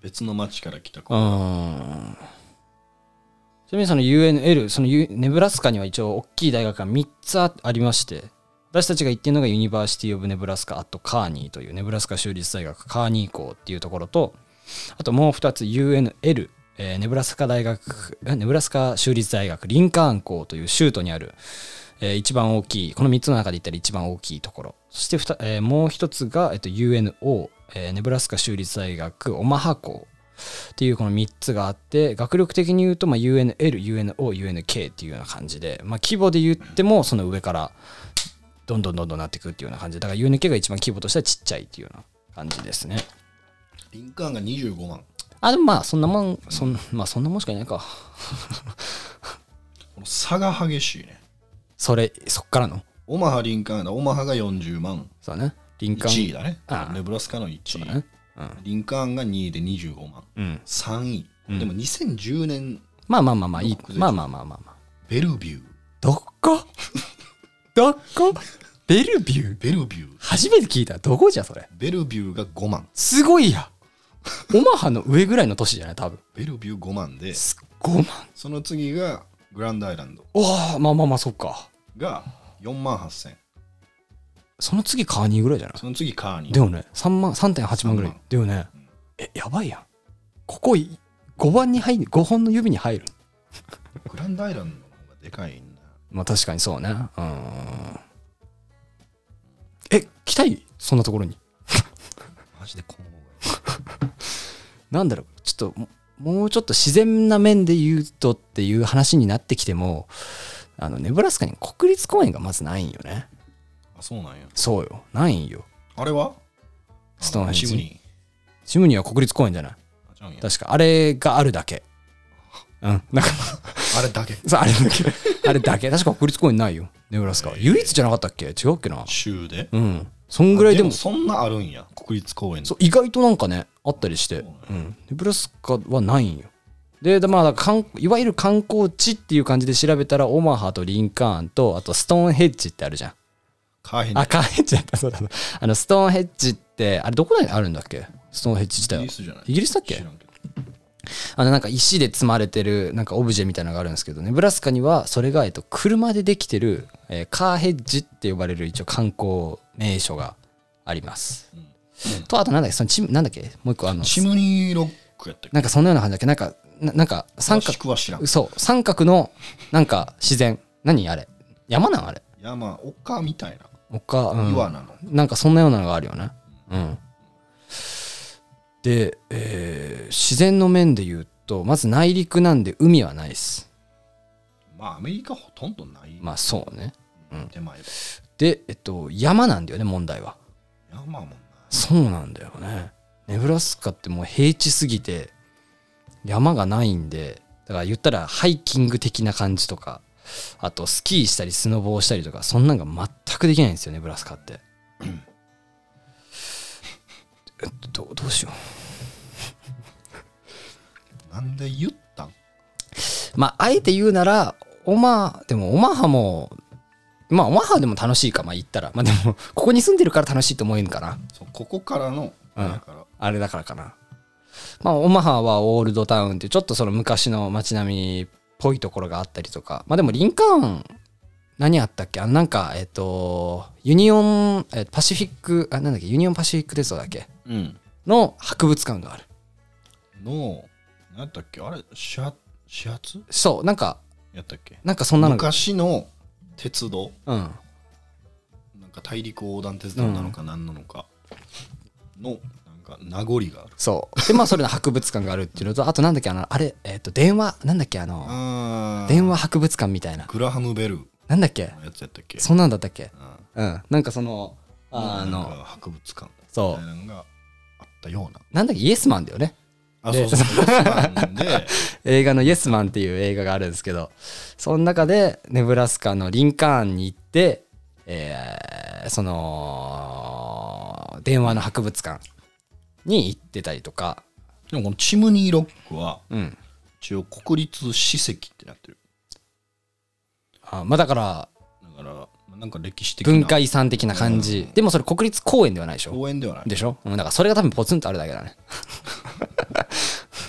B: 別の町から来た子。
A: うん。ちなみにその UNL、その、U、ネブラスカには一応大きい大学が3つあありまして、私たちが行ってるのがユニバーシティ・オブ・ネブラスカ・アット・カーニーというネブラスカ州立大学カーニー校っていうところと、あともう2つ UNL、えーネブラスカ大学、えネブラスカ州立大学リンカーン校という州都にある、えー一番大きい、この3つの中で言ったら一番大きいところ。そしてふた、えーもう1つが、えっと UNO、えーネブラスカ州立大学オマハ校っていうこの3つがあって学力的に言うとまあ UNL、UNO、UNK っていうような感じで、まあ、規模で言ってもその上からどんどんどんどんなっていくっていうような感じでだから UNK が一番規模としてはちっちゃいっていうような感じですね。
B: リンカーンが25万。
A: あでもまあそんなもんそん,、まあ、そんなもんしかいないか。
B: この差が激しいね。
A: それそっからの
B: オマハ、リンカーンだ。オマハが40万。
A: そうだね。林間
B: 1位だね
A: あ。あ
B: ネブラスカの1位。
A: だね。
B: リンカーンが2位で25万。
A: うん。
B: 3位。でも2010年、
A: まあまあまあまあいい
B: どこ。で
A: まあまあまあまあまあ。
B: ベルビュー。
A: どこ どこベルビュー
B: ベルビュー。
A: 初めて聞いた。どこじゃそれ。
B: ベルビューが5万。
A: すごいや。オマハの上ぐらいの都市じゃない多分。
B: ベルビュー5万で、
A: す5万
B: その次がグランドアイランド
A: おおまあまあまあそっか
B: が4万8000。
A: その次カーニーぐらいじゃな い
B: その次カーニ
A: だ
B: ー。
A: よね3万3.8万ぐら
B: 3
A: い
B: 万
A: だよねえやばいやんここ5番に入る5本の指に入る
B: グランドアイランドの方がでかいんだ。
A: まあ確かにそうねうーんえ来たいそんなところに
B: マジでこの方が
A: なんだろうちょっとももうちょっと自然な面で言うとっていう話になってきてもあのネブラスカに国立公園がまずないんよね
B: あ、そうなんや。
A: そうよないんよ
B: あれは
A: ストーンヘンジ
B: チムニ
A: ジムには国立公園じゃない
B: ー。あちゃうんや
A: 確かあれがあるだけうんなんか
B: あれだけ。
A: そうあれだけあれだけ確か国立公園ないよネブラスカは唯一じゃなかったっけ違うっけな
B: 州で。
A: うんそんぐらいでも
B: あそんなあるんや。国立公園
A: そう意外となんかねあったりして、うん、ネブラスカはないんよででまあだから観いわゆる観光地っていう感じで調べたらオマハとリンカーンとあとストーンヘッジってあるじゃん
B: カーヘン
A: あカーヘッジだったそうだそうあのストーンヘッジってあれどこにあるんだっけストーンヘッジ自体
B: イギ
A: は
B: リスじゃない
A: イギリスだっけ
B: 知らんけど。
A: あのなんか石で積まれてるなんかオブジェみたいなのがあるんですけどネブラスカにはそれがえっと車でできてる、えーカーヘッジって呼ばれる一応観光名所があります。とあとなんだっけそのチムなんだっけもう一個あの
B: チムニーロックやったっけ
A: なんかそんなような感じだっけなんかななんか三
B: 詳し
A: 角
B: くは知らん。
A: そう三角のなんか自然何あれ山なんあれ
B: 山、丘みたいな。
A: 丘、うん、
B: 岩なの。
A: なんかそんなようなのがあるよね。うん、で、えー自然の面で言うとまず内陸なんで海はないです。
B: まあ、アメリカほとんどない。
A: まあそうね。
B: 手前で
A: で、えっと、山なんだよね、問題は。
B: 山もない。
A: そうなんだよね。ネブラスカってもう平地すぎて、山がないんで、だから言ったらハイキング的な感じとか、あとスキーしたりスノボをしたりとかそんなんが全くできないんですよねブラスカってえっとどどうしよ
B: なんで言ったん
A: うまああえて言うならオマーでもオマハもまあオマハでも楽しいかまあ言ったらまあでもここに住んでるから楽しいと思えるかな
B: そうここからの、
A: うん
B: だから
A: あれだからかな。まあ、オマハはオールドタウンっていうちょっとその昔の街並みっぽいところがあったりとか、まあでもリンカーン、何あったっけあなんか、えっ、と、ユニオン、えパシフィック、あ、なんだっけ、ユニオンパシフィック鉄道だっけ
B: うん
A: の博物館がある。
B: の何やったっけあれ始発始発
A: そう、なんか、
B: やったっけ
A: なんかそんなのが、
B: 昔の鉄道
A: うん、
B: なんか大陸横断鉄道なのか何なのかのなんか名残がある
A: そう。で、まあそれの博物館があるっていうのと、あとなんだっけ、あの、あれ、えっ、と、電話、なんだっけ、あの、
B: あー
A: 電話博物館みたいな。
B: グラハム・ベル
A: なんだっけ
B: のやつやったっけ
A: そんなんだったっけ
B: うん
A: うん、なんかその、あ
B: なん
A: の、
B: か博物館み
A: そ。
B: たいうなのがあったような
A: なんだっけ、イエスマンだよね。
B: あそ
A: で
B: う そうなんで
A: 映画の「イエスマン」っていう映画があるんですけどその中でネブラスカのリンカーンに行って、えーその電話の博物館に行ってたりとか、
B: でもこのチムニーロックは
A: うん、
B: 一応国立史跡ってなってる
A: あまあだから
B: だからなんか歴史的な
A: 文化遺産的な感じ、でもそれ国立公園ではないでしょ
B: 公園ではない
A: でしょ、うん、だからそれが多分ポツンとあるだけだね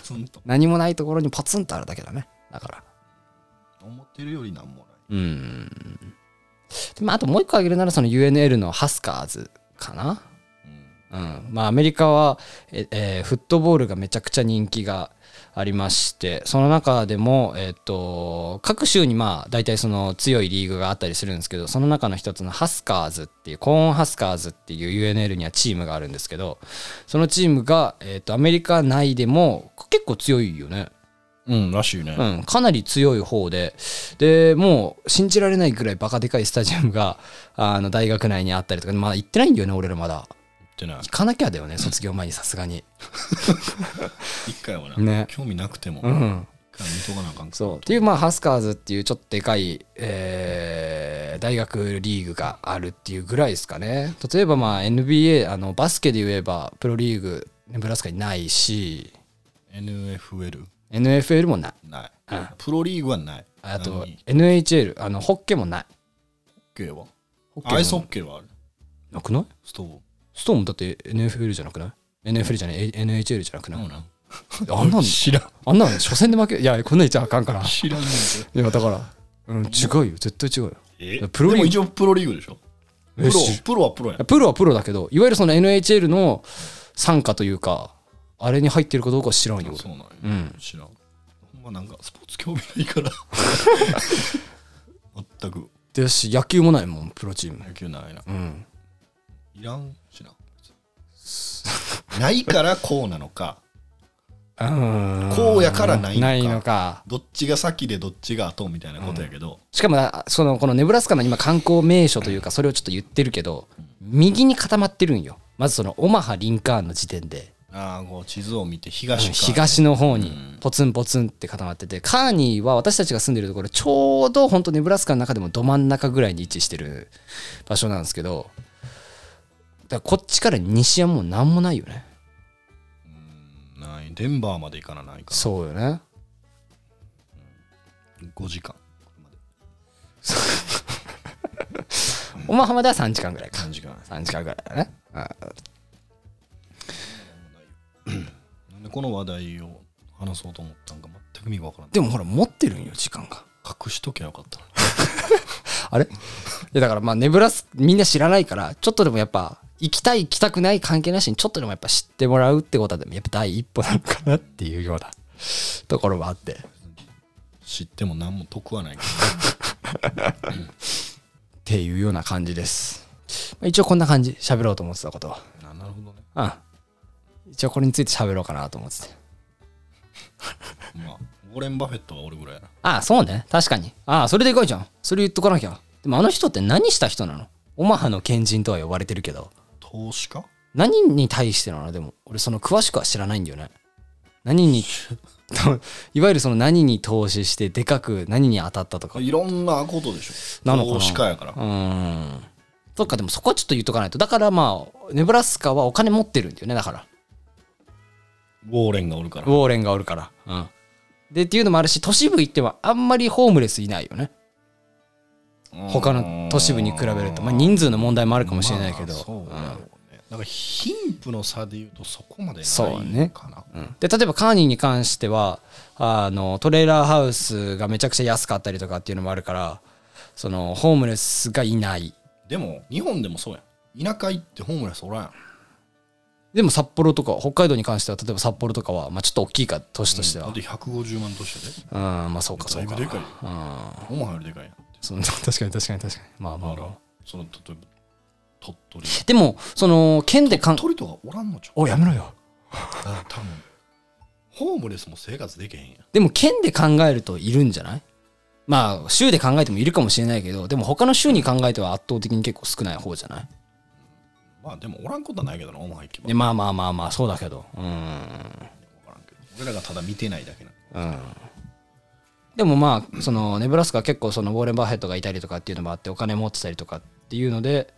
B: そんと
A: 何もないところにポツンとあるだけだねだから
B: 思ってるよりなんもない
A: うんでもあともう一個挙げるならその UNL のハスカーズかなうんまあ、アメリカはえ、えーフットボールがめちゃくちゃ人気がありましてその中でも、えー、と各州にまあ大体その強いリーグがあったりするんですけどその中の一つのハスカーズっていうコーンハスカーズっていう UNL にはチームがあるんですけどそのチームが、えー、とアメリカ内でも結構強いよね。
B: うん、らしいね。
A: うん、かなり強い方ででもう信じられないぐらいバカでかいスタジアムがあの大学内にあったりとかまあ行ってないんだよね俺らまだ
B: ってな
A: 行かなきゃだよね卒業前にさすがに
B: 一回はな、
A: ね
B: 興味なくても、
A: う
B: 一
A: ん
B: 回見とかなあかんか
A: そうっていうまあハスカーズっていうちょっとでかい、えー大学リーグがあるっていうぐらいですかね例えばまあ NBA あのバスケで言えばプロリーグネブラスカにないし
B: NFL?
A: NFL もない
B: ない、
A: うん
B: プロリーグはない。
A: あと
B: 何
A: NHL あのホッケもない
B: ホッケーは
A: ホッケーも
B: アイスホッケーはある。
A: なくない
B: ストーブ。
A: ストーンもだって NFL じゃなくない NFL じゃない NHL じゃなくない、
B: そうなん
A: あんなん
B: 知らん。
A: あんなん初戦で負けいやこんなん言っちゃあかんからい
B: 知らんねん
A: やだから、うん、違うよ絶対違うよ
B: けど
A: や
B: え
A: プロリーグ
B: でも一応プロリーグでしょプ
A: え
B: ロ
A: 知
B: プロはプロやん。
A: プロはプロだけどいわゆるその NHL の傘下というかあれに入ってるかどうかは知らんよ
B: そうなんや、
A: うん
B: 知らん。ほんまなんかスポーツ興味ないから。全く
A: 俺だし野球もないもんプロチーム
B: 野球ないな。
A: うん
B: いらんし な。ないからこうなのか、こうやからないのか
A: ないのか
B: どっちが先でどっちが後みたいなことやけど、
A: しかもなそのこのネブラスカの今観光名所というかそれをちょっと言ってるけど右に固まってるんよまずそのオマハリンカーンの時点で
B: ああこう地図を見て東か
A: 東の方
B: う
A: に
B: ん
A: ポツンポツンって固まっててカーニーは私たちが住んでるところちょうど本当ネブラスカの中でもど真ん中ぐらいに位置してる場所なんですけどだからこっちから西はもう何もないよね
B: ないデンバーまで行かなないか
A: そうよね
B: 5時間
A: オマハまでは3時間ぐらいか
B: 3時間
A: 3時間ぐらいだねあ
B: なんでこの話題を話そうと思ったんか全く意味がわからん
A: でもほら持ってるんよ時間が
B: 隠しときゃよかったのに
A: あれいやだからまあネブラスみんな知らないからちょっとでもやっぱ行きたい行きたくない関係なしにちょっとでもやっぱ知ってもらうってことはでもやっぱ第一歩なのかなっていうようなところはあって
B: 知っても何も得はないか
A: っていうような感じです。まあ一応こんな感じ、喋ろうと思ってたことは。
B: らななるほどね
A: うん。一応これについて喋ろうかなと思ってて。
B: まあウォレン・バフェットは俺ぐらいやな
A: ああ、そうね。確かに。ああ、それでかいじゃん。それ言っとかなきゃ。でもあの人って何した人なのオマハの賢人とは呼ばれてるけど。
B: 投資家
A: 何に対してなのでも、俺その詳しくは知らないんだよね。何 にいわゆるその何に投資してでかく何に当たったとか
B: いろんなことでしょ。
A: なのかな
B: 投資家やから
A: う。ーんそっかでもそこはちょっと言っとかないとだからまあネブラスカはお金持ってるんだよねだから
B: ウォーレンがおるか
A: ウ
B: ら。
A: ォーレンがおるからうんでっていうのもあるし都市部行ってはあんまりホームレスいないよね他の都市部に比べるとまあ人数の問題もあるかもしれないけど、
B: まあそう
A: うん
B: だろうね。なんか貧富の差で言うとそこまで
A: そう
B: ない
A: ね
B: かな。
A: で例えばカーニーに関してはあのトレーラーハウスがめちゃくちゃ安かったりとかっていうのもあるからそのホームレスがいない
B: でも日本でもそうやん。田舎行ってホームレスおらんやん。
A: でも札幌とか北海道に関しては例えば札幌とかは、まあ、ちょっと大きいか都市としては、
B: だ
A: う
B: っ
A: ん
B: て150万都市やで。
A: まあそうかそ
B: だ
A: う
B: い
A: か
B: ぶでかいよ。
A: うん
B: オマハよりでかいやん。
A: その確かに確かに確かにまあまあ
B: あ
A: まあ
B: ら、その例えば鳥取。
A: でもその県でかん
B: 鳥とかおらんのちゃう
A: おやめろよ
B: あ多分ホームレスも生活できへんやん。
A: でも県で考えるといるんじゃないまあ州で考えてもいるかもしれないけどでも他の州に考えては圧倒的に結構少ない方じゃない
B: まあでもおらんことはないけどな、オマハ行けば。
A: でまあまあまあまあそうだけどうん
B: わからんけど俺らがただ見てないだけなの
A: でもまあそのネブラスカは結構そのウォーレン・バーヘットがいたりとかっていうのもあってお金持ってたりとかっていうので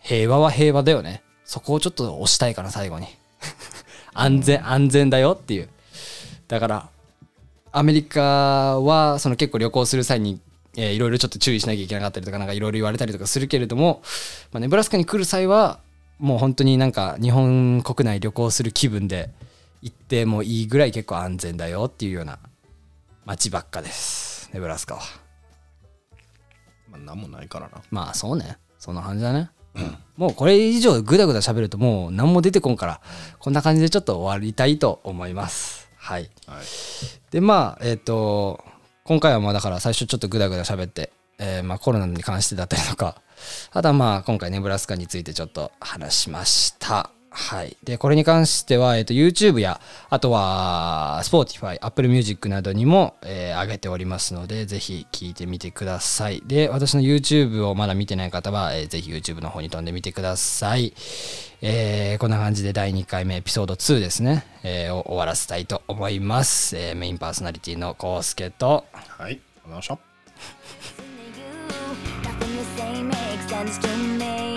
A: 平和は平和だよねそこをちょっと押したいかな最後に 安全安全だよっていうだからアメリカはその結構旅行する際にえーいろいろちょっと注意しなきゃいけなかったりとかなんかいろいろ言われたりとかするけれども、まあ、ネブラスカに来る際はもう本当になんか日本国内旅行する気分で行ってもいいぐらい結構安全だよっていうような街ばっかですネブラスカは
B: まあなんもないからな。
A: まあそうねそんな感じだね、もうこれ以上グダグダ喋るともう何も出てこんからこんな感じでちょっと終わりたいと思いますはい
B: はい。
A: でまあえっ、と今回はまあだから最初ちょっとグダグダ喋って、えーまあコロナに関してだったりとか あとはまあ今回ネブラスカについてちょっと話しましたはいでこれに関しては、えっと YouTube やあとは Spotify、Apple Music などにも、えー上げておりますのでぜひ聞いてみてくださいで私の YouTube をまだ見てない方は、えーぜひ YouTube の方に飛んでみてくださいえーこんな感じで第2回目エピソード2ですね、えーを終わらせたいと思います、えーメインパーソナリティのコウスケと
B: はい。ありがとうございました。
C: Nothing you say makes sense to me.